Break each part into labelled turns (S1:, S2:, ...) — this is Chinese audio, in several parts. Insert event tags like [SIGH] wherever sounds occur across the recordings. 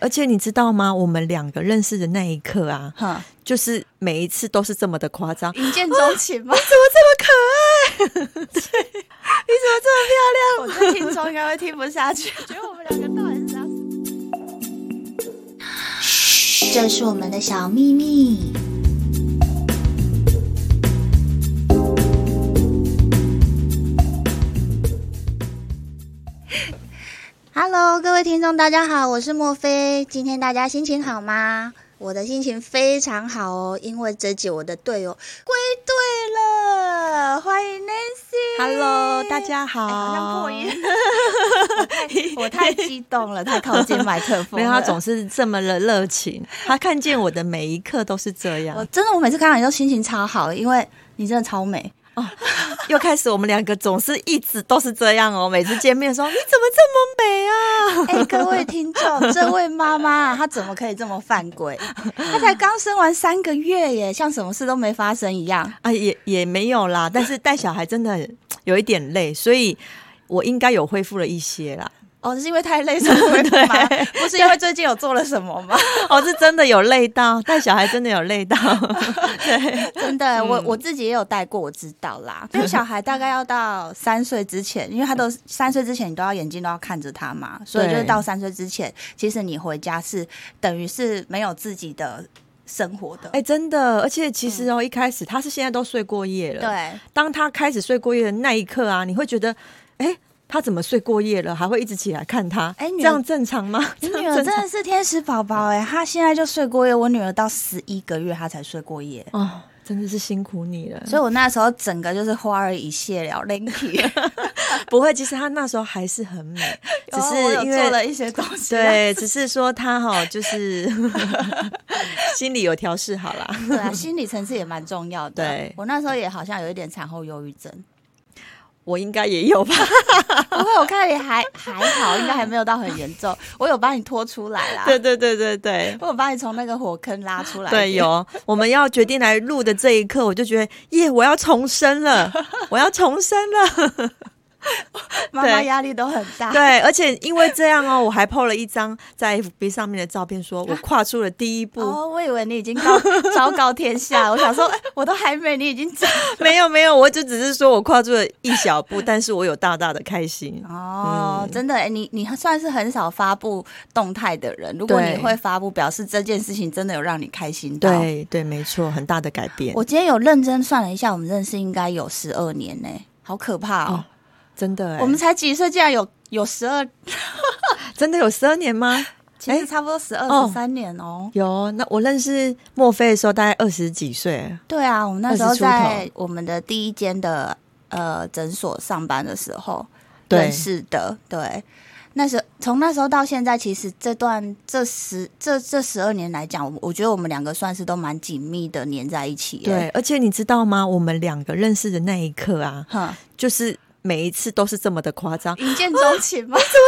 S1: 而且你知道吗？我们两个认识的那一刻啊，
S2: [LAUGHS] 哈，
S1: 就是每一次都是这么的夸 [LAUGHS] 张。
S2: 一见钟情吗？
S1: 怎么这么可爱？ [LAUGHS] 对，你怎么这么漂
S2: 我
S1: 亮？
S2: 这听众应该会听不下去， [LAUGHS] 觉得我们两个到底是啥？
S3: 这是我们的小秘密。Hello，各位听众，大家好，我是莫菲。今天大家心情好吗？我的心情非常好哦，因为这集我的队友归队了，欢迎 Nancy。
S1: [LAUGHS] Hello，大家好。
S2: 哎好像破音， [LAUGHS] 我太激动了，太靠近麦克风
S1: [LAUGHS]
S2: 了。
S1: 没有，他总是这么的热情。他看见我的每一刻都是这
S2: 我
S1: 样。
S2: 真的，我每次看到你都心情超好，因为你真的超 [LAUGHS] 美。
S1: [LAUGHS] 又开始，我们两个总是一直都是这样哦。每次见面说：“你怎么这么美啊
S2: 哎、各位听众，这位妈妈她怎么可以这么犯规？她才刚生完三个月耶，像什么事都没发生一样。？”
S1: 啊，也也没有啦。但是带小孩真的有一点累，所以我应该有恢复了一些啦。
S2: 哦，是因为太累 [LAUGHS] 才会吗？不是因为最近有做了什么吗？
S1: [LAUGHS] 哦，是真的有累到，带小孩真的有累到。
S2: [LAUGHS] 真的，我我自己也有带过，我知道 [LAUGHS] 啦。因为小孩大概要到三岁之前，因为他都三岁之前，你都要眼睛都要看着他嘛，所以就是到三岁之前，其实你回家是等于是没有自己的生活的。
S1: [LAUGHS] 哎、真的，而且其实哦，一开始他是现在都睡过夜了。，
S2: 对，
S1: 当他开始睡过夜的那一刻啊，你会觉得，哎、他怎么睡过夜了，还会一直起来看他？
S2: 哎女
S1: 这样正常吗？
S2: [LAUGHS] 你
S1: 这
S2: 女
S1: 样
S2: 儿
S1: 正
S2: 真
S1: 常
S2: 的是天使宝宝哎，她现在就睡过夜，我女儿到十一个月她才睡过夜。
S1: 哦，真的是辛苦你了。
S2: 所以我那时候整个就是花儿一谢了 l i n k [LAUGHS] y
S1: 不会，其实他那时候还是很 [LAUGHS] 美，只是因
S2: 做
S1: 为。
S2: 了一些东西
S1: [LAUGHS]
S2: 啊，
S1: 对，只是说他哈，就是 [LAUGHS] 心里有调试好啦。
S2: [LAUGHS] 对啊，心理层次也蛮重要的。啊
S1: 对
S2: 我那时候也好像有一点产后忧郁症，
S1: 我应该也有吧？
S2: 不过我看你还 [LAUGHS] 还好，应该还没有到很严重。我有帮你拖出来啦，
S1: 对啊对对对对，
S2: 我有帮你从那个火坑拉出来。
S1: 对，。 [LAUGHS] 有我们要决定来录的这一刻，我就觉得耶，我要重生 [LAUGHS] 了，我要重生 [LAUGHS] 了。
S2: 妈妈
S1: 对
S2: 压力都很大。
S1: 对，而且因为这样哦，我还 PO 了一张在 FB 上面的照片，说我跨出了第一步。
S2: 哦，我以为你已经高昭告天下，我想说，哎我都还没，你
S1: [LAUGHS]
S2: 已经讲
S1: 没有没有，我就只是说我跨出了一小 [LAUGHS] 步，但是我有大大的开心。
S2: 哦，
S1: 嗯
S2: 真的，哎，你你算是很少发布动态的人，如果
S1: 对
S2: 你会发布，表示这件事情真的有让你开心到。，
S1: 对对，没错，很大的改变，
S2: 我今天有认真算了一下，我们认识应该有十二年呢、好可怕哦！
S1: 真的哎，
S2: 我们才几岁，竟然有有十二，
S1: 真的有十二年吗？
S2: 其实差不多十二
S1: 哦
S2: 十三年哦。
S1: [LAUGHS] 有，那我认识莫非的时候大概二十几岁，
S2: 对啊，我们那时候
S1: 20出头
S2: 在我们的第一间的呃诊所上班的时候
S1: 对
S2: 认识的，对。那时从那时候到现在，其实这段这十这这十二年来讲，我我觉得我们两个算是都蛮紧密的粘在一起耶。
S1: 对，而且你知道吗？我们两个认识的那一刻啊，
S2: 哼，
S1: 就是每一次都是这么的夸张，
S2: 一见钟情 [LAUGHS] 吗？
S1: 怎么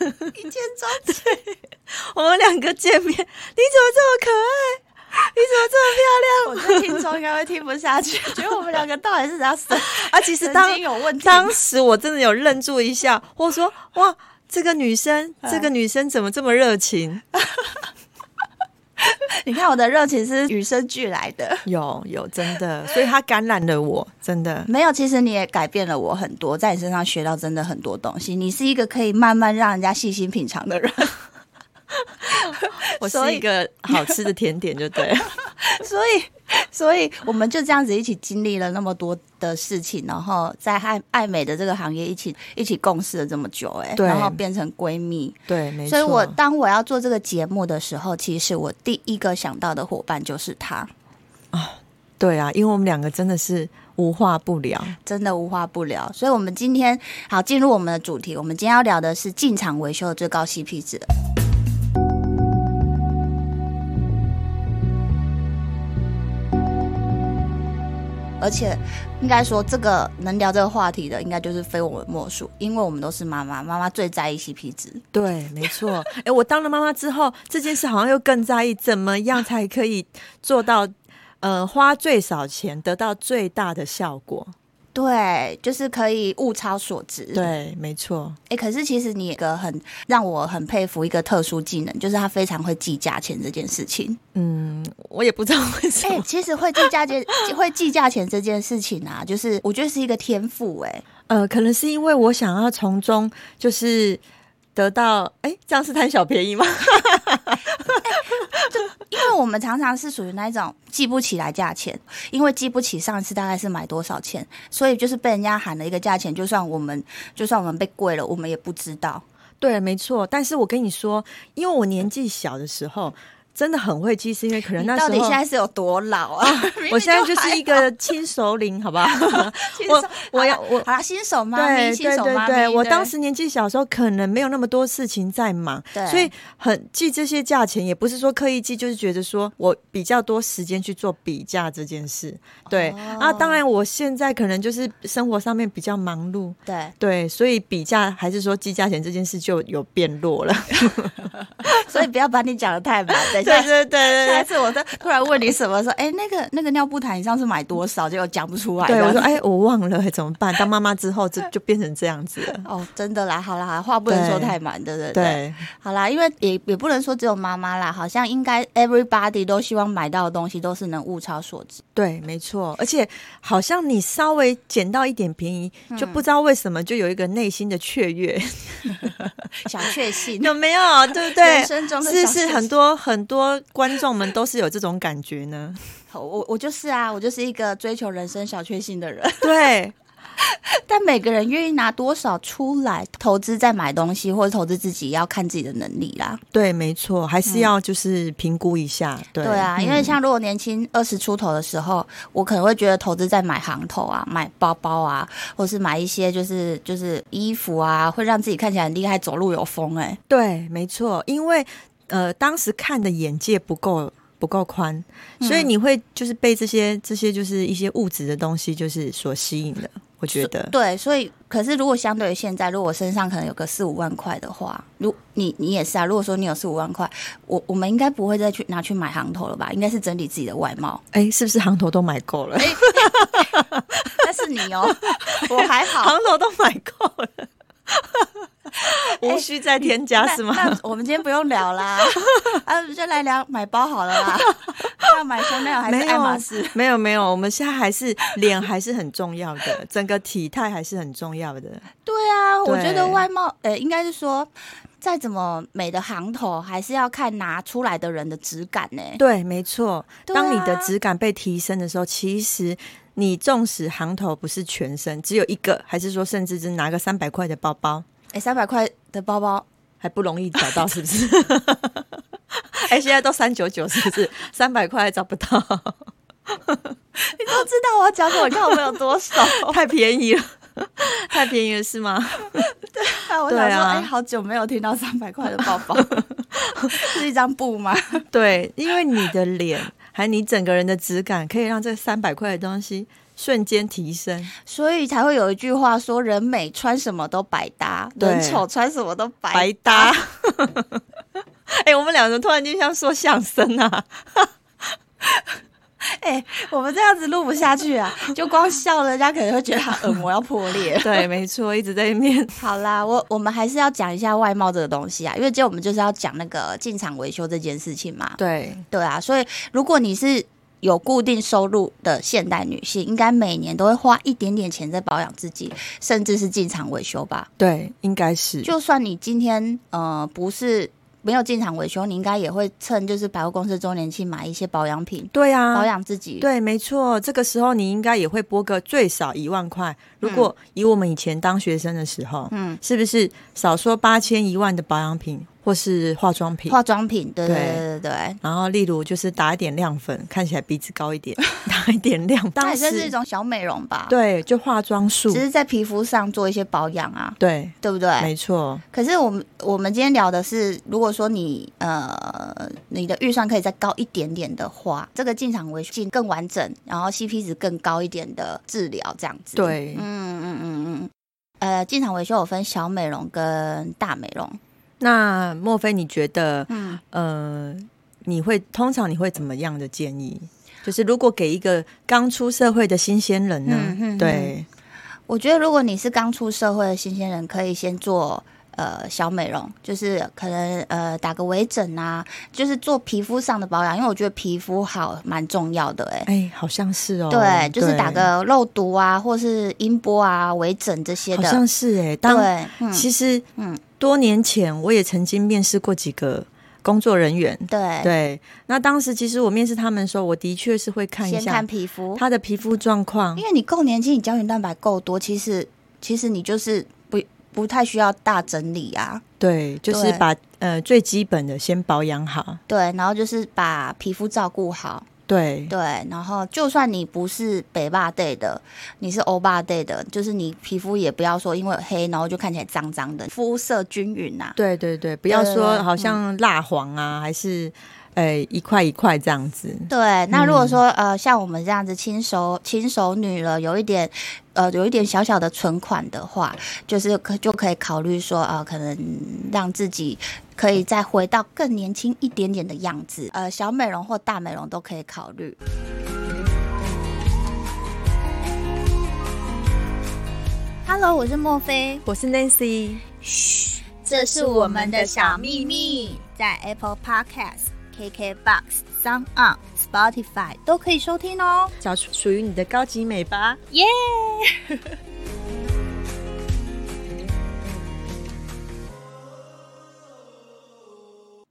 S1: 这么可爱？
S2: 一见钟情，
S1: 我们两个见面，你怎么这么可爱？你怎么这
S2: 我
S1: 么漂亮？
S2: 这听众应该会听不下去， [LAUGHS] 觉得我们两个到底是怎样神
S1: 啊，其实
S2: [LAUGHS] 神
S1: 当
S2: 经有问题？
S1: 当时我真的有愣住一下，我说哇，这个女生，这个女生怎么这么热情？
S2: 你看我的热情是与生俱来的。
S1: 有有，真的，所以她感染了我，真的。
S2: 没有，其实你也改变了我很多，在你身上学到真的很多东西。你是一个可以慢慢让人家细心品尝的人， [LAUGHS]
S1: 我是
S2: 所以
S1: 一个好吃的甜点，就对了。
S2: 所以，所以我们就这样子一起经历了那么多的事情，然后在爱爱美的这个行业一起一起共事了这么久、哎，
S1: 对
S2: 然后变成闺蜜。
S1: [LAUGHS] 对，没错。
S2: 所以我当我要做这个节目的时候，其实我第一个想到的伙伴就是她，
S1: 对啊，因为我们两个真的是无话不聊。
S2: 真的无话不聊。所以，我们今天好进入我们的主题，我们今天要聊的是进场维修的最高 CP 值。而且应该说，这个能聊这个话题的，应该就是非我们莫属，因为我们都是妈妈，妈妈最在意 CP 值。
S1: 对，没错。哎、我当了妈妈之后，这件事好像又更在意怎么样才可以做到，呃，花最少钱得到最大的效果。
S2: 对，就是可以物超所值。，
S1: 对，没错，
S2: 哎，可是其实你有一个很让我很佩服一个特殊技能，就是他非常会计价钱这件事情。
S1: 嗯，我也不知道为什 [LAUGHS]
S2: 哎、
S1: 么，
S2: 其实会计价钱、 [LAUGHS] 会计价钱这件事情啊，就是我觉得是一个天赋、哎，
S1: 呃，可能是因为我想要从中就是得到，哎、这样是贪小便宜吗？ [LAUGHS]
S2: 因为我们常常是属于那一种记不起来价钱，因为记不起上一次大概是买多少钱，所以就是被人家喊了一个价钱，就算我们就算我们被贵了，我们也不知道。
S1: 对，没错。但是我跟你说，因为我年纪小的时候真的很会记，是因为可能
S2: 你
S1: 那
S2: 到
S1: 时
S2: 底
S1: 候
S2: 现。在是有多老啊？ [LAUGHS] 明明
S1: 我现在就
S2: 还
S1: 是一 [LAUGHS] 个轻熟龄，好不好？
S2: 新手
S1: 我我要我
S2: 好啦，新手妈咪，
S1: 对
S2: 新
S1: 对
S2: 手
S1: 对
S2: 妈咪，
S1: 对，我当时年纪小的时候，可能没有那么多事情在忙
S2: 对，
S1: 所以很记这些价钱，也不是说刻意记，就是觉得说我比较多时间去做比价这件事。对、
S2: 哦
S1: 啊，当然我现在可能就是生活上面比较忙碌，
S2: 对，
S1: 对，所以比价还是说计价钱这件事就有变弱了。
S2: 哎
S1: [LAUGHS]
S2: 所以不要把你讲的太满，等一
S1: 对
S2: 下。
S1: 对对对
S2: 下
S1: 对。
S2: 一 [LAUGHS] 次我再突然问你什么时候，哎、那个那个尿布台你上次买多少？结果讲不出来。
S1: 对，我说哎，我忘了，怎么办？当妈妈之后，这就变成这样子了。
S2: 哦，真的啦，好啦，好啦话不能
S1: 对
S2: 说太满， [LAUGHS] 对对对，
S1: 对，
S2: 好啦，因为也也不能说只有妈妈啦，好像应该 everybody 都希望买到的东西都是能物超所值。
S1: 对，没错，而且好像你稍微捡到一点便宜，就
S2: 嗯
S1: 不知道为什么就有一个内心的雀跃，
S2: [LAUGHS] 小确幸，
S1: 有没有？ [LAUGHS] 对不对
S2: 人？生中的
S1: 是
S2: 小确
S1: 是，
S2: 幸
S1: 很多很多观众们都是有这种感觉呢。 [LAUGHS]
S2: 我我就是啊，我就是一个追求人生小确幸的人。 [LAUGHS]
S1: 对，
S2: 但每个人愿意拿多少出来投资在买东西，或者投资自己，要看自己的能力啦。
S1: 对，没错，还是要就是评估一下。对，
S2: 嗯
S1: 嗯
S2: 对啊，因为像如果年轻二十出头的时候，我可能会觉得投资在买行头啊、买包包啊，或是买一些就是就是衣服啊，会让自己看起来很厉害，走路有风哎、
S1: 对，没错，因为呃，当时看的眼界不够不够宽，所
S2: 嗯
S1: 以你会就是被这些这些就是一些物质的东西就是所吸引的。我觉得，
S2: 对，所以可是如果相对于现在，如果我身上可能有个四五万块的话，如你你也是啊，如果说你有四五万块，我我们应该不会再去拿去买行头了吧？应该是整理自己的外 [LAUGHS] 貌。
S1: 哎，是不是行头都买够了？
S2: 但是你 [LAUGHS] 哦，我还
S1: [LAUGHS]
S2: 好。
S1: 行头都买够了，无需再添加、是吗？
S2: 那那我们今天不用聊 [LAUGHS] 啦，啊，就来聊买包好了啦。要买香奈儿哎还是
S1: 没
S2: 爱
S1: 有
S2: 马仕？，
S1: 没有没有，我们现在还是脸还是很重要的，整个体态还是很重要的。
S2: 对啊，我
S1: 对
S2: 觉得外貌，呃，应该是说，再怎么美的行头，还是要看拿出来的人的质感呢、
S1: 对，没错。
S2: 对
S1: 当你的
S2: 啊
S1: 质感被提升的时候，其实你纵使行头不是全身，只有一个，还是说甚至只拿个三百块的包包，
S2: 哎、三百块的包包，
S1: 还不容易找到，是不
S2: [LAUGHS]
S1: 是？哎、现在都三九九，是不是？三百块还找不到，
S2: [LAUGHS] 你都知道我要讲什么，你看我们有多熟。 [LAUGHS]
S1: 太便宜了，太便宜了，是吗？
S2: 我想
S1: 对
S2: 说，
S1: 啊
S2: 哎、好久没有听到三百块的包 [LAUGHS] 包，是一张布吗？
S1: 对，因为你的脸还有你整个人的质感，可以让这三百块的东西瞬间提升。
S2: 所以才会有一句话说：“人美穿什么都百搭，
S1: 对
S2: 人丑穿什么都百
S1: 白搭。 [LAUGHS] 哎、我们两个突然间像说相声啊，。
S2: [LAUGHS] 哎、我们这样子录不下去啊，就光笑，人家可能会觉得他耳膜要破裂 [LAUGHS]
S1: 对，没错，一直在面。
S2: 好啦，我我们还是要讲一下外貌这个东西啊，因为今天我们就是要讲那个进场维修这件事情嘛。
S1: [LAUGHS] 对，
S2: 对啊，所以如果你是有固定收入的现代女性，应该每年都会花一点点钱在保养自己，甚至是进场维修吧。
S1: 对，应该是
S2: 就算你今天呃不是没有进场维修，你应该也会趁就是百货公司周年庆买一些保养品、
S1: 对
S2: 保
S1: 啊。
S2: 养自己。
S1: 对，没错，这个时候你应该也会拨个最少一万块。如果以我们以前当学生的时候，
S2: 嗯，
S1: 是不是少说八千一万的保养品或是化妆品？
S2: 化妆品，对对
S1: 对
S2: 对对对，
S1: 然后，例如就是打一点亮粉，看起来鼻子高一点， [LAUGHS] 打一点亮。
S2: [LAUGHS] 那
S1: 当
S2: 也
S1: 时
S2: 算是一种小美容吧。，
S1: 对，就化妆术
S2: 只，是在皮肤上做一些保养啊，
S1: 对，
S2: 对不对？
S1: 没错，
S2: 可是我们我们今天聊的是，如果说你呃你的预算可以再高一点点的话，这个进场维修更完整，然后 CP 值更高一点的治疗这样子。
S1: 对，
S2: 嗯嗯嗯嗯，呃，进场维修有分小美容跟大美容。
S1: 那莫非你觉得，
S2: 嗯，
S1: 呃，你会通常你会怎么样的建议？就是如果给一个刚出社会的新鲜人呢？
S2: 嗯嗯嗯
S1: 对，
S2: 我觉得如果你是刚出社会的新鲜人，可以先做呃小美容，就是可能呃打个微整啊，就是做皮肤上的保养，因为我觉得皮肤好蛮重要的哎、
S1: 哎、好像是哦，
S2: 对，就是打个肉毒啊，或是音波啊、微整这些
S1: 好
S2: 的。
S1: 像是哎、当
S2: 对，嗯，
S1: 其实
S2: 嗯
S1: 多年前我也曾经面试过几个工作人员，
S2: 对，
S1: 对，那当时其实我面试他们的时候，我的确是会看一
S2: 先
S1: 下
S2: 看皮肤，
S1: 他的皮肤状况
S2: 因，为你够年轻，你胶原蛋白够多，其实其实你就是不不太需要大整理啊。
S1: 对，就是
S2: 对
S1: 把呃最基本的先保养好，
S2: 对，然后就是把皮肤照顾好，
S1: 对，
S2: 对，然后就算你不是北霸 day 的，你是欧霸 day 的，就是你皮肤也不要说因为黑，然后就看起来脏脏的，肤色均匀啊呐、
S1: 对对对，不要
S2: 对对
S1: 说
S2: 对
S1: 好像蜡黄啊，还是呃一块一块这样子，
S2: 对，那如果说、呃，像我们这样子轻熟轻熟女了，有一点呃，有一点小小的存款的话，就是可就可以考虑说啊、呃，可能让自己可以再回到更年轻一点点的样子，呃，小美容或大美容都可以考虑。
S3: Hello，我是莫菲，
S1: 我是 Nancy，
S3: 这是我们的小秘密，在 Apple Podcast、KKBox、Sound On、Spotify 都可以收听哦。
S1: 找出属于你的高级美吧。
S3: 耶、
S2: [LAUGHS]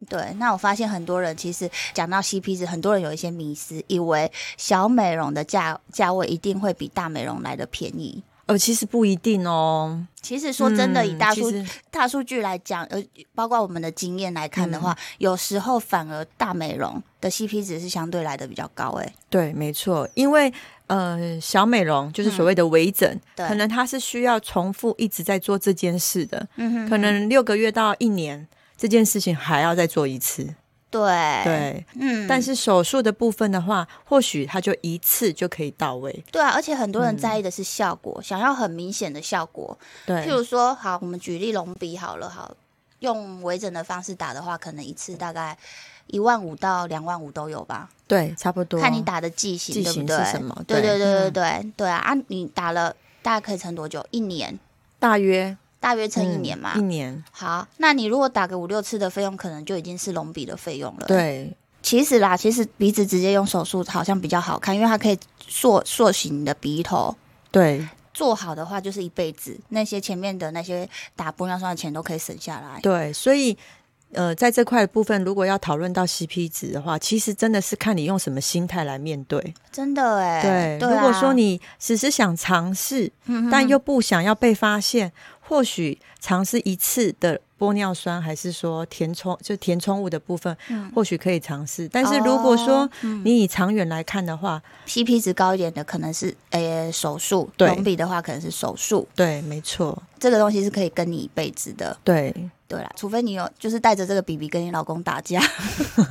S2: 对，那我发现很多人其实讲到 CP 值，很多人有一些迷思，以为小美容的价价位一定会比大美容来的便宜。
S1: 哦，其实不一定哦。
S2: 其实说真的，以
S1: 嗯
S2: 大
S1: 其
S2: 数
S1: 实
S2: 大数据来讲，呃，包括我们的经验来看的话，有时候反而大美容的 CP 值是相对来的比较高、欸，
S1: 对，没错，因为呃，小美容就是所谓的微整，
S2: 对
S1: 可能它是需要重复一直在做这件事的，
S2: 嗯哼
S1: 可能六个月到一年这件事情还要再做一次。
S2: 对，
S1: 对，
S2: 嗯，
S1: 但是手术的部分的话，或许它就一次就可以到位。
S2: 对啊，而且很多
S1: 嗯
S2: 人在意的是效果，想要很明显的效果，
S1: 对
S2: 譬，如说，好，我们举例隆鼻好了，好，用微整的方式打的话，可能一次大概一万五到两万五都有吧。
S1: 对，差不多。
S2: 看你打的剂型，
S1: 剂
S2: 对不
S1: 型
S2: 对？
S1: 是什么
S2: 对
S1: 对嗯
S2: 对对对对对啊！啊，你打了大概可以撑多久？一年，
S1: 大约
S2: 大约撑一年嘛。
S1: 嗯一年。
S2: 好，那你如果打个五六次的费用，可能就已经是隆鼻的费用了。，
S1: 对，
S2: 其实啦，其实鼻子直接用手术好像比较好看，因为它可以塑塑形你的鼻头。
S1: 对，
S2: 做好的话就是一辈子，那些前面的那些打玻尿酸的钱都可以省下来。
S1: 对，所以。呃，在这块的部分，如果要讨论到 CP 值的话，其实真的是看你用什么心态来面对。
S2: 真的哎、
S1: 对，
S2: 对
S1: 如
S2: 啊、
S1: 果说你只是想尝试，
S2: 嗯哼
S1: 但又不想要被发现，或许尝试一次的玻尿酸，还是说填充就填充物的部分，或许可以尝试。但是如果说你以长远来看的话，
S2: CP 值高一点的可能是呃手术，
S1: 对
S2: 隆鼻的话可能是手术，
S1: 对，没错，
S2: 这个东西是可以跟你一辈子的。
S1: 对。
S2: 对啦，除非你有就是带着这个 BB 跟你老公打架，？
S1: [LAUGHS]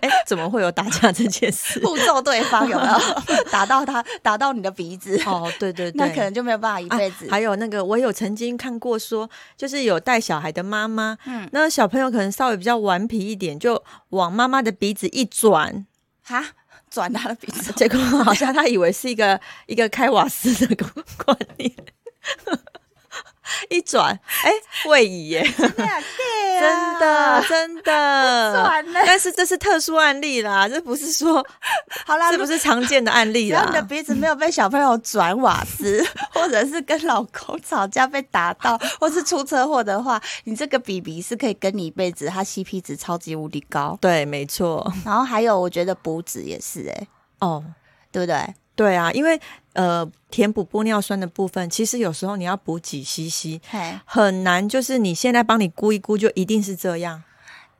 S1: 哎，怎么会有打架这件事
S2: 互揍对方有没有？打到他，打到你的鼻子，
S1: [LAUGHS] 哦，对对对，
S2: 那可能就没有办法一辈子。
S1: 啊。还有那个，我有曾经看过说，就是有带小孩的妈妈，嗯，那小朋友可能稍微比较顽皮一点，就往妈妈的鼻子一转，
S2: 哈，转他的鼻
S1: [LAUGHS]，
S2: 子
S1: 结果好像他以为是一个一个开瓦斯的观念，一转，哎、位移耶，
S2: 对 [LAUGHS] 啊，
S1: 真的真的。
S2: 转了。
S1: 但是这是特殊案例啦，这不是说
S2: 好啦，
S1: 这不是常见的案例
S2: 只要
S1: 啦
S2: 你。的鼻子没有被小朋友转瓦斯，或者是跟老公吵架被打到，或是出车祸的话，你这个 BB 是可以跟你一辈子，它 CP 值超级无敌高。
S1: 对，没错。
S2: 然后还有，我觉得补脂也是、欸，哎，
S1: 哦，
S2: 对不对？
S1: 对啊，因为呃，填补玻尿酸的部分，其实有时候你要补几 CC
S2: 嘿，
S1: 很难，就是你现在帮你估一估，就一定是这样。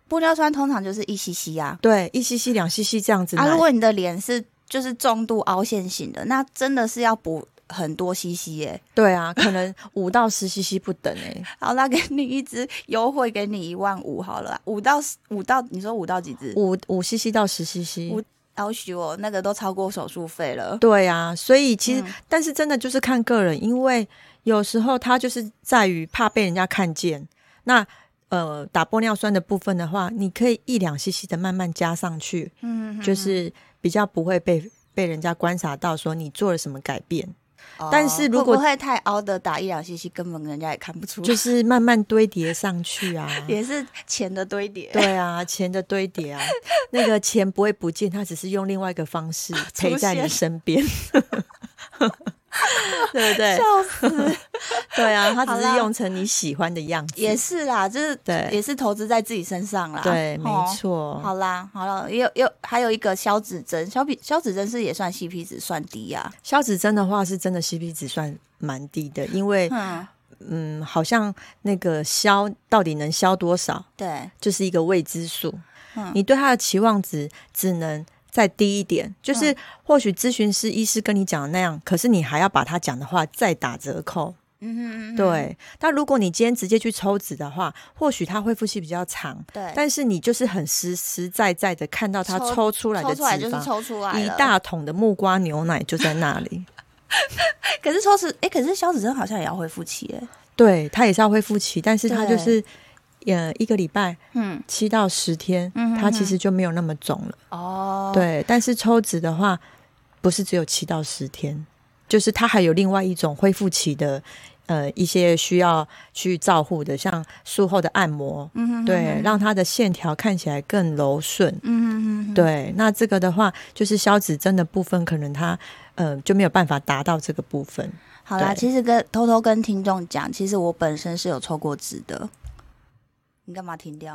S2: 玻尿酸通常就是一 cc 啊，
S1: 对，一 CC 两 CC 这样子来。
S2: 啊，如果你的脸是就是重度凹陷型的，那真的是要补很多 CC 耶、
S1: 对啊，可能五到十 CC 不等哎、
S2: 好，那给你一支优惠，给你一万五好了，啊五到五到你说五到几支？
S1: 五五 CC 到十 CC。
S2: 五要许我那个都超过手术费了。
S1: 对啊，所以其实、
S2: 嗯
S1: 但是真的就是看个人，因为有时候他就是在于怕被人家看见。那呃，打玻尿酸的部分的话，你可以一两 CC 的慢慢加上去，
S2: 嗯，
S1: 就是比较不会被被人家观察到说你做了什么改变。
S2: 哦
S1: 但是如果
S2: 会不会太凹的打一两 cc，根本人家也看不出来，
S1: 就是慢慢堆叠上去啊。
S2: 嗯 [LAUGHS] 也是钱的堆叠。
S1: 对啊，钱的堆叠啊，那个钱不会不见，它只是用另外一个方式
S2: [LAUGHS]
S1: 陪在你
S2: 现
S1: 身边， [LAUGHS] 对不对？
S2: 笑死，
S1: 对啊，它
S2: 好
S1: 只
S2: 啦
S1: 是用成你喜欢的样子。
S2: [LAUGHS] 也是啦，就是
S1: 对
S2: 也是投资在自己身上 [LAUGHS] 啦。
S1: 对，没
S2: 哦。
S1: 错。
S2: 好啦，好了，也有也有还有一个消脂针，消比消脂针是也算 CP 值算低啊呀、
S1: 消脂针的话，是真的 CP 值算蛮低的，因为
S2: 嗯，
S1: 嗯，好像那个消到底能消多少，
S2: 对，
S1: 就是一个未知数。
S2: 嗯
S1: 你对它的期望值只能再低一点，
S2: 嗯
S1: 就是或许咨询师、医师跟你讲的那样，可是你还要把他讲的话再打折扣。
S2: 嗯哼嗯哼
S1: 对，但如果你今天直接去抽脂的话，或许它恢复期比较长，
S2: 对，
S1: 但是你就是很实实在在的看到它
S2: 抽
S1: 抽出来的
S2: 抽
S1: 脂
S2: 出来就是
S1: 肪，
S2: 抽出来
S1: 一
S2: 了
S1: 大桶的木瓜牛奶就在那
S2: [LAUGHS]
S1: 里。
S2: 可是抽脂，哎、可是消脂针好像也要恢复期、诶
S1: 对，它也是要恢复期，但是它
S2: 对
S1: 就是呃一个礼拜
S2: 嗯，
S1: 七到十天，
S2: 嗯哼
S1: 它其
S2: 哼
S1: 实就没有那么肿了。
S2: 哦，，
S1: 对，但是抽脂的话，不是只有七到十天，就是它还有另外一种恢复期的，呃，一些需要去照护的，像术后的按摩，
S2: 嗯哼，
S1: 对，让它的线条看起来更柔顺。
S2: 嗯哼，
S1: 对，那这个的话，就是消脂针的部分，可能它呃就没有办法达到这个部分。
S2: 好啦，
S1: 对
S2: 其实跟偷偷跟听众讲，其实我本身是有抽过脂的。你干嘛停
S1: [LAUGHS]
S2: 掉？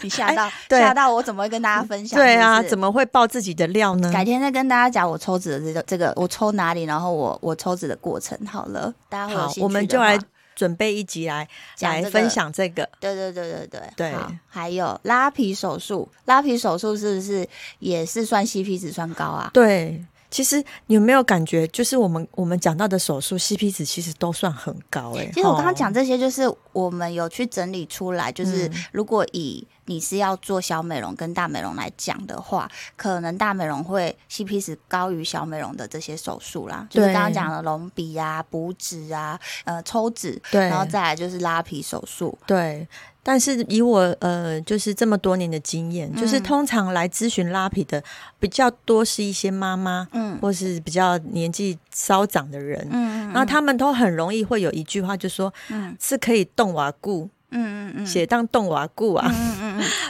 S2: 你吓到
S1: 哎对
S2: 吓到我，怎么会跟大家分享？
S1: 对啊，
S2: 是不是
S1: 怎么会爆自己的料呢？
S2: 改天再跟大家讲我抽脂的这个这个我抽哪里，然后我我抽脂的过程好了，大家会有
S1: 好
S2: 兴，趣
S1: 我们
S2: 的
S1: 就
S2: 话
S1: 来准备一集来
S2: 讲
S1: 来
S2: 这个
S1: 分享这个。
S2: 对对对对对
S1: 对
S2: 好，还有拉皮手术，拉皮手术是不是也是算 CP 值算高啊？
S1: 对，其实你有没有感觉，就是我们我们讲到的手术 CP 值其实都算很高哎、欸。
S2: 其实我刚刚
S1: 哦
S2: 讲这些，就是我们有去整理出来，就是
S1: 嗯
S2: 如果以你是要做小美容跟大美容来讲的话，可能大美容会 CP 值高于小美容的这些手术啦，就是
S1: 对
S2: 刚刚讲的隆鼻啊、补脂啊、呃抽脂，
S1: 对
S2: 然后再来就是拉皮手术，
S1: 对，但是以我呃就是这么多年的经验，就是
S2: 嗯
S1: 通常来咨询拉皮的比较多是一些妈妈
S2: 嗯
S1: 或是比较年纪稍长的人。
S2: 嗯，
S1: 然后他们都很容易会有一句话，就说
S2: 嗯
S1: 是可以动瓦固，
S2: 嗯嗯嗯，
S1: 写当动瓦固啊，
S2: 嗯
S1: [LAUGHS]
S2: 嗯嗯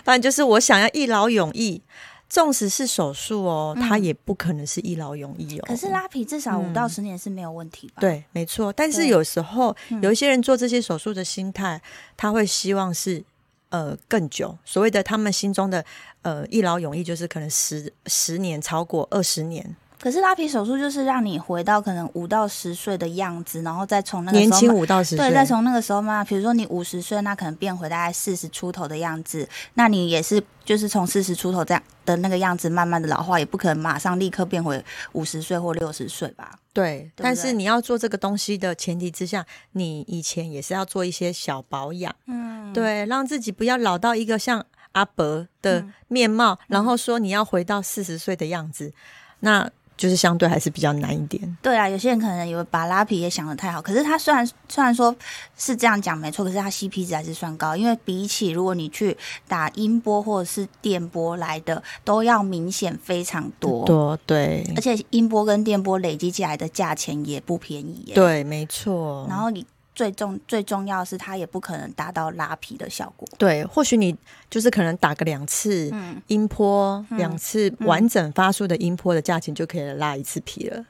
S1: 反正就是我想要一劳永逸，纵使是手术哦，
S2: 嗯
S1: 它也不可能是一劳永逸哦。
S2: 可是拉皮至少五
S1: 嗯
S2: 到十年是没有问题吧？，
S1: 对，没错。但是
S2: 对
S1: 有时候
S2: 嗯
S1: 有一些人做这些手术的心态，他会希望是呃更久，所谓的他们心中的呃一劳永逸，就是可能十十年超过二十年，
S2: 可是拉皮手术就是让你回到可能五到十岁的样子，然后再从那个
S1: 年
S2: 时候
S1: 轻
S2: 慢
S1: 五到十岁。
S2: 对，再从那个时候嘛，比如说你五十岁，那可能变回大概四十出头的样子，那你也是就是从四十出头这样的那个样子慢慢的老化，也不可能马上立刻变回五十岁或六十岁吧？
S1: 对，但
S2: 对
S1: 是你要做这个东西的前提之下，你以前也是要做一些小保养，
S2: 嗯，
S1: 对，让自己不要老到一个像阿伯的
S2: 嗯
S1: 面貌，然后说你要回到四十岁的样子，那就是相对还是比较难一点。
S2: 对啊，有些人可能以为把拉皮也想的太好，可是他虽然虽然说是这样讲没错，可是他 CP 值还是算高，因为比起如果你去打音波或者是电波来的，都要明显非常多。
S1: 多对
S2: 而且音波跟电波累积起来的价钱也不便宜耶。。
S1: 对，没错。
S2: 然后你最重最重要的是，它也不可能达到拉皮的效果。
S1: 对，或许你就是可能打个两次。
S2: 嗯，
S1: 音波
S2: 嗯
S1: 两次
S2: 嗯
S1: 完整发出的音波的价钱就可以拉一次皮了。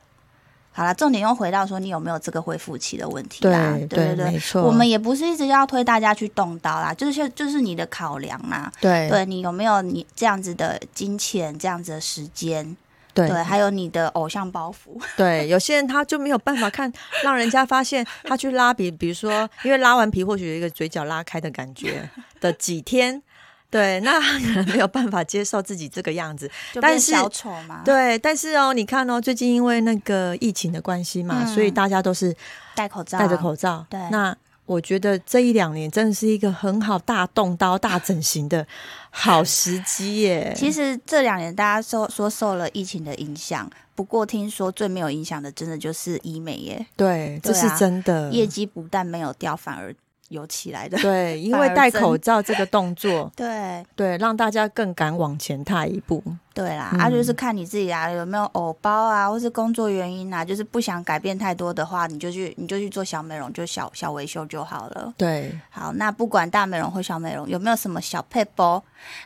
S2: 好啦，重点又回到说你有没有这个恢复期的问题啦。对对
S1: 没错。
S2: 我们也不是一直要推大家去动刀啦，就是就是你的考量啦。
S1: 对
S2: 对你有没有你这样子的金钱，这样子的时间，
S1: 对
S2: 对，还有你的偶像包袱，
S1: 对，有些人他就没有办法看，让人家发现他去拉皮，比如说，因为拉完皮或许有一个嘴角拉开的感
S2: [LAUGHS]
S1: 觉的几天，对，那他可能没有办法接受自己这个样子。
S2: 就
S1: 但
S2: 变
S1: 是
S2: 小丑嘛，
S1: 对，但是哦，你看哦，最近因为那个疫情的关系嘛，
S2: 嗯
S1: 所以大家都是
S2: 戴口罩，啊
S1: 戴着口罩。
S2: 对
S1: 那我觉得这一两年真的是一个很好大动刀、大整形的好时机耶。
S2: 其实这两年大家说说受了疫情的影响，不过听说最没有影响的，真的就是医美耶，
S1: 对，这
S2: 对啊
S1: 是真的。
S2: 业绩不但没有掉，反而有起
S1: [LAUGHS]
S2: 来的。
S1: 对，因
S2: 反
S1: 为
S2: 而
S1: 戴
S2: 增
S1: 口罩这个动作，
S2: 对
S1: 对，让大家更敢往前踏一步。
S2: 对啦，
S1: 嗯
S2: 啊，就是看你自己啊，有没有偶包啊，或是工作原因啊，就是不想改变太多的话，你就去你就去做小美容，就小小维修就好了。
S1: 对，
S2: 好，那不管大美容或小美容，有没有什么小配包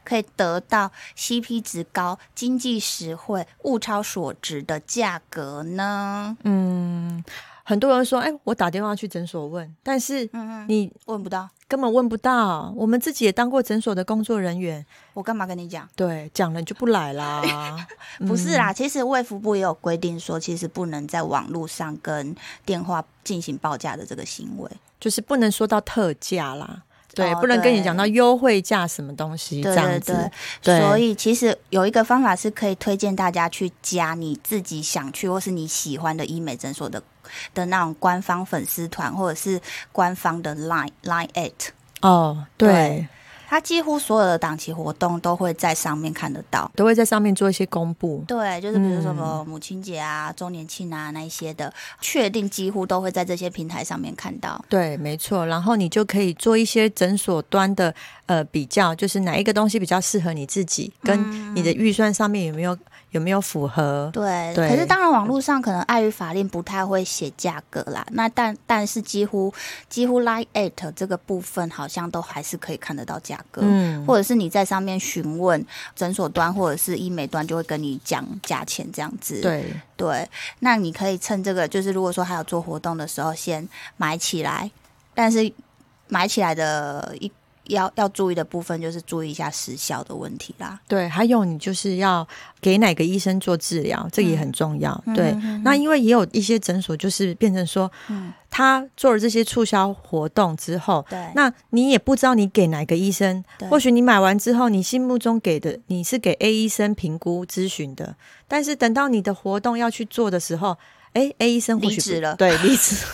S2: 可以得到 CP 值高、经济实惠、物超所值的价格呢？
S1: 嗯，很多人说，哎，我打电话去诊所问，但是
S2: 嗯嗯，
S1: 你
S2: 问不到，
S1: 根本问不到。我们自己也当过诊所的工作人员，
S2: 我干嘛跟你讲？。
S1: 对，讲了你就不来啦
S2: [LAUGHS] 不是
S1: 嗯
S2: 啦，其实卫福部也有规定说，其实不能在网络上跟电话进行报价的这个行为。
S1: 嗯，就是不能说到特价啦，对，
S2: 哦
S1: 不能跟你
S2: 对
S1: 讲到优惠价什么东西
S2: 对
S1: 这
S2: 对
S1: 样
S2: 对
S1: 子。，对
S2: 所以其实有一个方法是可以推荐大家去加你自己想去或是你喜欢的医美诊所的的那种官方粉丝团，或者是官方的 Line Line at。
S1: 哦，对
S2: 对，它几乎所有的档期活动都会在上面看得到。
S1: 都会在上面做一些公布。
S2: 对，就是比如说什么
S1: 嗯
S2: 母亲节啊、周年庆啊那一些的，确定几乎都会在这些平台上面看到。
S1: 对，没错。然后你就可以做一些诊所端的呃比较，就是哪一个东西比较适合你自己，跟你的预算上面有没有有没有符合？
S2: 对，
S1: 对
S2: 可是当然网络上可能碍于法令不太会写价格啦。那但但是几乎几乎 Line at 这个部分好像都还是可以看得到价格，
S1: 嗯，
S2: 或者是你在上面询问诊所端或者是医美端就会跟你讲价钱这样子。
S1: 对
S2: 对，那你可以趁这个就是如果说还有做活动的时候先买起来，但是买起来的一要要注意的部分就是注意一下时效的问题啦。
S1: 对。还有你就是要给哪个医生做治疗，这个也很重要。对，那因为也有一些诊所就是变成说，
S2: 嗯
S1: 他做了这些促销活动之后。
S2: 对，
S1: 那你也不知道你给哪个医生，
S2: 对
S1: 或许你买完之后，你心目中给的你是给 A 医生评估咨询的，但是等到你的活动要去做的时候，哎，A 医生或许不
S2: 离职了
S1: 对，离职。 [LAUGHS]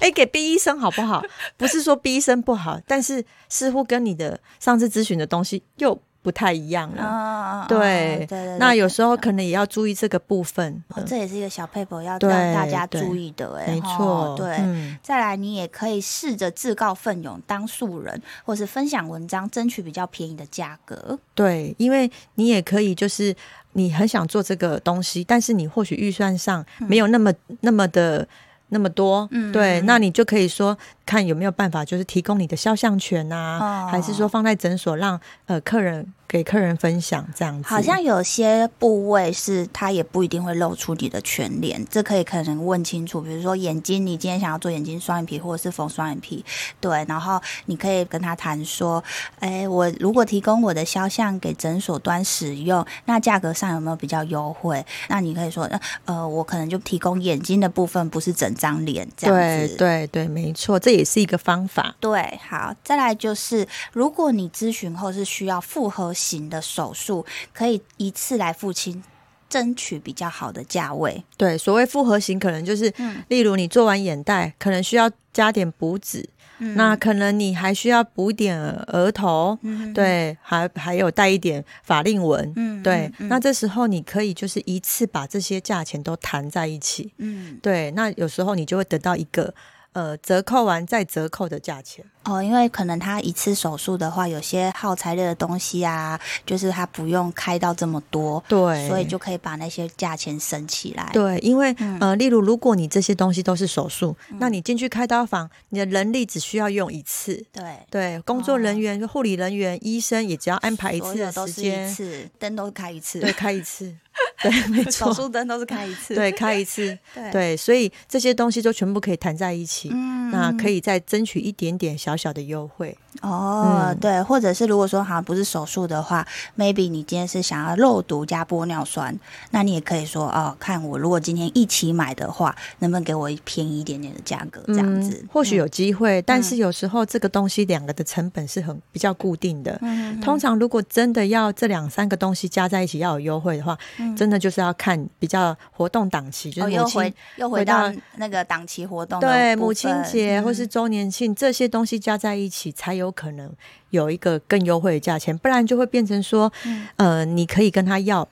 S1: 哎，给 B 医生好不好？ [LAUGHS] 不是说 B 医生不好，但是似乎跟你的上次咨询的东西又不太一样了。
S2: 啊啊，啊
S1: 嗯对
S2: 对对，
S1: 那
S2: 对
S1: 有时候可能也要注意这个部分。
S2: 哦这也是一个小 paper 要
S1: 对
S2: 让大家
S1: 对
S2: 注意的、欸，
S1: 没
S2: 吼
S1: 错，
S2: 对。
S1: 嗯
S2: 再来，你也可以试着自告奋勇当素人，或是分享文章，争取比较便宜的价格。
S1: 对，因为你也可以，就是你很想做这个东西，但是你或许预算上没有那么、那么的那么多，
S2: 嗯
S1: 对，
S2: 嗯
S1: 那你就可以说看有没有办法，就是提供你的肖像权啊，
S2: 哦
S1: 还是说放在诊所让呃客人给客人分享这样子，
S2: 好像有些部位是它也不一定会露出你的全脸，这可以可能问清楚。比如说眼睛，你今天想要做眼睛双眼皮或者是缝双眼皮，对，然后你可以跟他谈说，哎，我如果提供我的肖像给诊所端使用，那价格上有没有比较优惠？那你可以说，呃呃，我可能就提供眼睛的部分，不是整张脸这样
S1: 对
S2: 子。
S1: 对对，没错，这也是一个方法。
S2: 对，好，再来就是，如果你咨询后是需要复合型的手术，可以一次来付清，争取比较好的价位。
S1: 对，所谓复合型，可能就是，
S2: 嗯
S1: 例如你做完眼袋，可能需要加点补脂，
S2: 嗯
S1: 那可能你还需要补点额头，对，还还有带一点法令纹，
S2: 嗯
S1: 对，
S2: 嗯嗯
S1: 那这时候你可以就是一次把这些价钱都谈在一起，
S2: 嗯，
S1: 对，那有时候你就会得到一个呃折扣完再折扣的价钱，
S2: 哦，因为可能他一次手术的话，有些耗材料的东西啊，就是他不用开到这么多，
S1: 对，
S2: 所以就可以把那些价钱省起来。
S1: 对，因为、
S2: 嗯
S1: 呃，例如如果你这些东西都是手术，那你进去开刀房，你的人力只需要用一次，
S2: 对。
S1: 对，工作人员、护理人员、医生也只要安排一
S2: 所
S1: 次
S2: 有
S1: 的
S2: 都
S1: 时
S2: 是一
S1: 间，
S2: 次，灯都是开一次，
S1: 对，开一次，对，没
S2: [LAUGHS] 手
S1: 错，
S2: 术灯都是开一次，
S1: 对，开一次，
S2: 对
S1: 对，所以这些东西都全部可以谈在一起，
S2: 嗯
S1: 那可以再争取一点点小小的优惠，
S2: 哦，
S1: 嗯
S2: 对，或者是如果说好像不是手术的话，maybe 你今天是想要肉毒加玻尿酸，那你也可以说哦，看我如果今天一起买的话，能不能给我便宜一点点的价格，这样子，
S1: 或许有机会，但
S2: 嗯
S1: 是有时候这个东西两个的成本是很比较固定的。
S2: 嗯，
S1: 通常，如果真的要这两三个东西加在一起要有优惠的话，
S2: 嗯
S1: 真的就是要看比较活动档期，就
S2: 哦，
S1: 是
S2: 又
S1: 母亲
S2: 回又
S1: 回
S2: 回到
S1: 到
S2: 那个档期活动的
S1: 对
S2: 部
S1: 母亲
S2: 分
S1: 节
S2: 嗯
S1: 或是周年庆、这些东西加在一起，才有可能有一个更优惠的价钱，不然就会变成说，
S2: 嗯
S1: 呃，你可以跟他要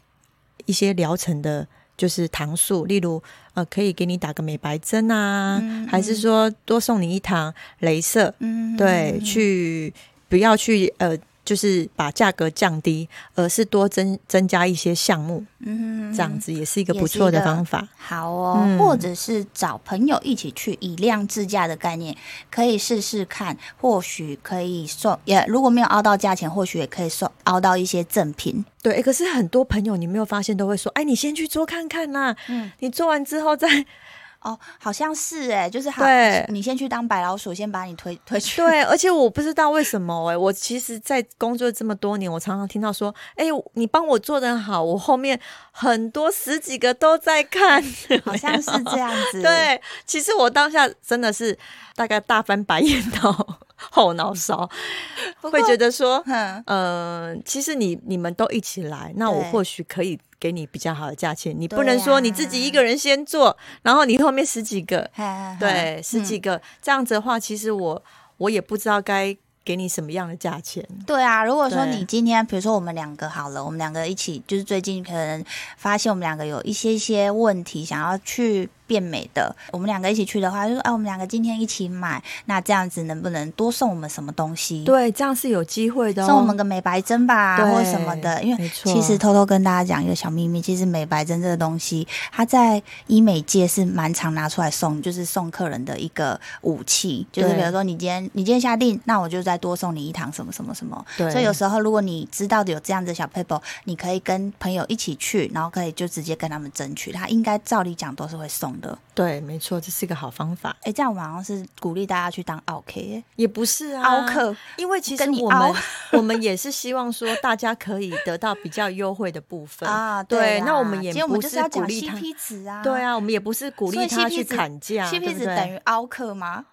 S1: 一些疗程的就是糖素，例如呃，可以给你打个美白针啊，还是说多送你一堂镭射，
S2: 嗯，
S1: 对，去不要去呃，就是把价格降低，而是多增增加一些项目，
S2: 嗯
S1: 这样子也是一个
S2: 也
S1: 不
S2: 是
S1: 错
S2: 一
S1: 的
S2: 个
S1: 方法。
S2: 好哦，
S1: 嗯
S2: 或者是找朋友一起去以量制价的概念，可以试试看，或许可以送，也如果没有凹到价钱，或许也可以送凹到一些赠品。
S1: 对、诶可是很多朋友你没有发现都会说，哎，你先去做看看啦，
S2: 嗯
S1: 你做完之
S2: [LAUGHS]
S1: 后再
S2: 哦，好像是哎、就是好，
S1: 对
S2: 你先去当白老鼠，先把你推推去。
S1: 对，而且我不知道为什么哎、我其实，在工作这么多年，我常常听到说，哎、你帮我做的好，我后面很多十几个都在看，
S2: [LAUGHS] 好像是这样子。，
S1: 对。其实我当下真的是大概大翻白眼到 [LAUGHS] 后脑勺，会觉得
S2: [LAUGHS]
S1: 说，
S2: 哼，
S1: 呃，其实你你们都一起来，那我
S2: 对
S1: 或许可以给你比较好的价钱。你不
S2: 对
S1: 能说你
S2: 呀
S1: 自己一个人先做，然后你后面十几
S2: [LAUGHS]
S1: 个，
S2: 哼，
S1: 对，十几
S2: 嗯
S1: 个、这样子的话，其实我我也不知道该给你什么样的价钱。
S2: 对啊，如果说
S1: 对
S2: 你今天，比如说我们两个好了，我们两个一起，就是最近可能发现我们两个有一些一些问题，想要去变美的，我们两个一起去的话，就说哎、我们两个今天一起买，那这样子能不能多送我们什么东西？，
S1: 对，这样是有机会的、哦。
S2: 送我们个美白针吧，
S1: 对
S2: 或什么的。因为
S1: 没错
S2: 其实偷偷跟大家讲一个小秘密，其实美白针这个东西，它在医美界是蛮常拿出来送，就是送客人的一个武器。就是
S1: 对
S2: 比如说你今天你今天下定，那我就再多送你一堂什么什么什么。
S1: 对，
S2: 所以有时候，如果你知道的有这样子的小 paper，你可以跟朋友一起去，然后可以就直接跟他们争取。他应该照理讲都是会送的。
S1: 对，没错，这是一个好方法。
S2: 哎，这样我们好像是鼓励大家去当 OK
S1: 也不是啊，
S2: 凹客，
S1: 因为其实
S2: 跟你
S1: 我们
S2: 凹
S1: 我们也是希望说大家可以得到比较优惠的部分
S2: [LAUGHS] 啊。
S1: 对，
S2: 啦
S1: 那我们也
S2: 今天我
S1: 不
S2: 们就是要
S1: 鼓
S2: 讲
S1: 励他。
S2: CP 值啊，
S1: 对，啊，我们也不是鼓
S2: 所
S1: 励
S2: 以
S1: 他
S2: CP
S1: 去
S2: 值
S1: 砍价对
S2: ，CP
S1: 不
S2: 值
S1: 对
S2: 等于凹客吗？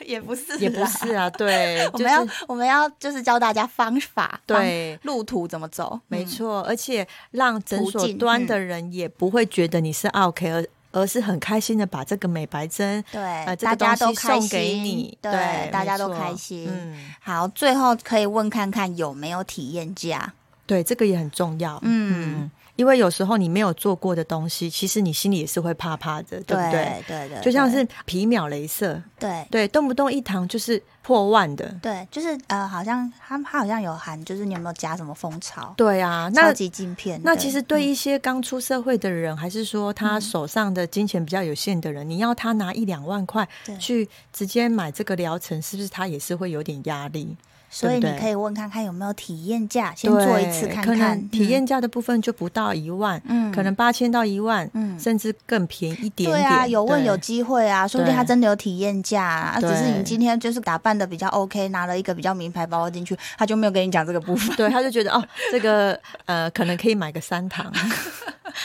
S2: 也不是，
S1: [LAUGHS]
S2: [LAUGHS]
S1: 也不是。啊，对，
S2: 我
S1: 就
S2: 们要
S1: 是
S2: 我们要就是教大家方法，
S1: 对
S2: 方路途怎么走，
S1: 没
S2: 嗯。
S1: 错，而且让诊
S2: 途
S1: 所
S2: 径
S1: 端
S2: 嗯
S1: 的人也不会觉得你是 OK，而而是很开心的把这个美白针
S2: 对，
S1: 呃这
S2: 大
S1: 个
S2: 家
S1: 东
S2: 都
S1: 西
S2: 开
S1: 送
S2: 心，
S1: 给你，
S2: 对，
S1: 对，
S2: 大
S1: 没
S2: 家都
S1: 错
S2: 开心。
S1: 嗯，
S2: 好，最后可以问看看有没有体验价。
S1: 对，这个也很重要，
S2: 嗯
S1: 嗯，因为有时候你没有做过的东西，其实你心里也是会怕怕的，对不对？
S2: 对对对，
S1: 就像
S2: 对
S1: 是皮秒镭射，
S2: 对
S1: 对，动不动一堂就是破万的，
S2: 对，就是呃，好像它它好像有含，就是你有没有加什么蜂巢？
S1: 对啊，
S2: 超
S1: 那
S2: 级镜片。
S1: 那其实
S2: 嗯
S1: 对一些刚出社会的人，还是说他手上的金钱比较有限的人，你要他拿一两万块
S2: 对
S1: 去直接买这个疗程，是不是他也是会有点压力？
S2: 所以
S1: 对不
S2: 你
S1: 对
S2: 可以问看看有没有体验价，先做一次
S1: 对
S2: 看
S1: 可
S2: 看嗯
S1: 能体验。价的部分就不到一万，
S2: 嗯，嗯
S1: 可能八千到一万，
S2: 嗯
S1: 甚至更便宜一点点。
S2: 对啊，有问
S1: 对
S2: 有机会啊，说不定他
S1: 对
S2: 真的有体验价啊。啊只是
S1: 对
S2: 你今天就是打扮的比较 OK，拿了一个比较名牌包包进去，他就没有跟你讲这个部分。
S1: 对，他就觉得哦，这个呃，可能可以买个三堂， [LAUGHS]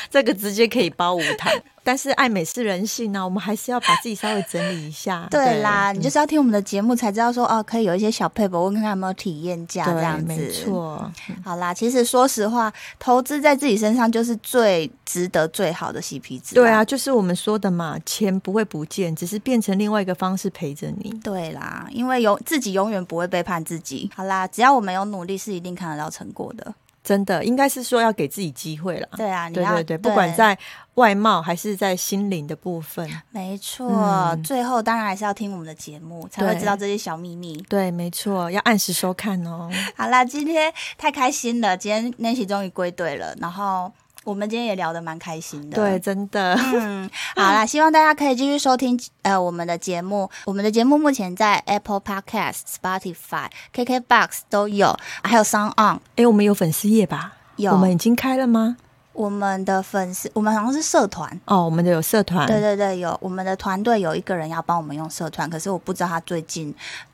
S1: 这个直接可以包五堂。但是爱美是人性啊，我们还是要把自己稍微整理一下。
S2: 对啦，你
S1: 嗯
S2: 就是要听我们的节目才知道说哦，可以有一些小配博，问看看有没有体验价
S1: 对
S2: 这样子。
S1: 没错。
S2: 好啦，其实说实话，投资在自己身上就是最值得最好的 CP 值。
S1: 对啊，，就是我们说的嘛，钱不会不见，只是变成另外一个方式陪着你。
S2: 对啦，因为永自己永远不会背叛自己。好啦，只要我们有努力，是一定看得到成果的。
S1: 真的，应该是说要给自己机会啦。
S2: 对啊，你
S1: 对
S2: 要
S1: 对对，不管在外貌还是在心灵的部分，
S2: 没错、
S1: 嗯
S2: 最后当然还是要听我们的节目，才会
S1: 对
S2: 知道这些小秘密。
S1: 对，没错，要按时收看
S2: [LAUGHS]
S1: 哦。
S2: 好啦，今天太开心了，今天 Nancy 终于归队了，然后我们今天也聊得蛮开心的。
S1: 对，真的，
S2: 嗯，好啦，希望大家可以继续收听呃我们的节目。我们的节目目前在 Apple Podcast、Spotify、KKBox 都有，还有 Sound On
S1: 哎，我们有粉丝页吧？
S2: 有。
S1: 我们已经开了吗？
S2: 我们的粉丝，我们好像是社团。
S1: 哦，我们的有社团，
S2: 对对对，有我们的团队有一个人要帮我们用社团，可是我不知道他最近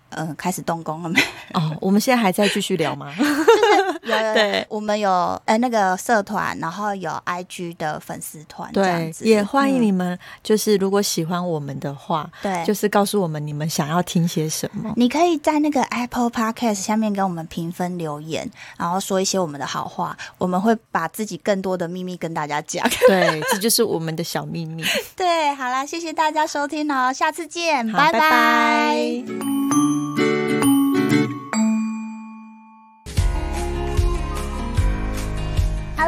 S2: 嗯、呃开始动工
S1: [LAUGHS]
S2: 了没？
S1: 哦，我们现在还在继续聊吗？
S2: 有有有
S1: 对，
S2: 我们有呃那个社团，然后有 IG 的粉丝团， [LAUGHS] 这样
S1: 对，
S2: 子
S1: 也欢迎
S2: 嗯
S1: 你们，就是如果喜欢我们的话，
S2: 对，
S1: 就是告诉我们你们想要听些什
S2: [LAUGHS]
S1: 么。
S2: 你可以在那个 Apple Podcast 下面给我们评分留言，然后说一些我们的好话，我们会把自己更多的秘密跟大
S1: [LAUGHS]
S2: 家讲。
S1: 对，这就是我们的小秘密。
S2: 对，好啦，谢谢大家收听哦，下次见，
S1: 好
S2: 拜
S1: 拜拜
S2: 哈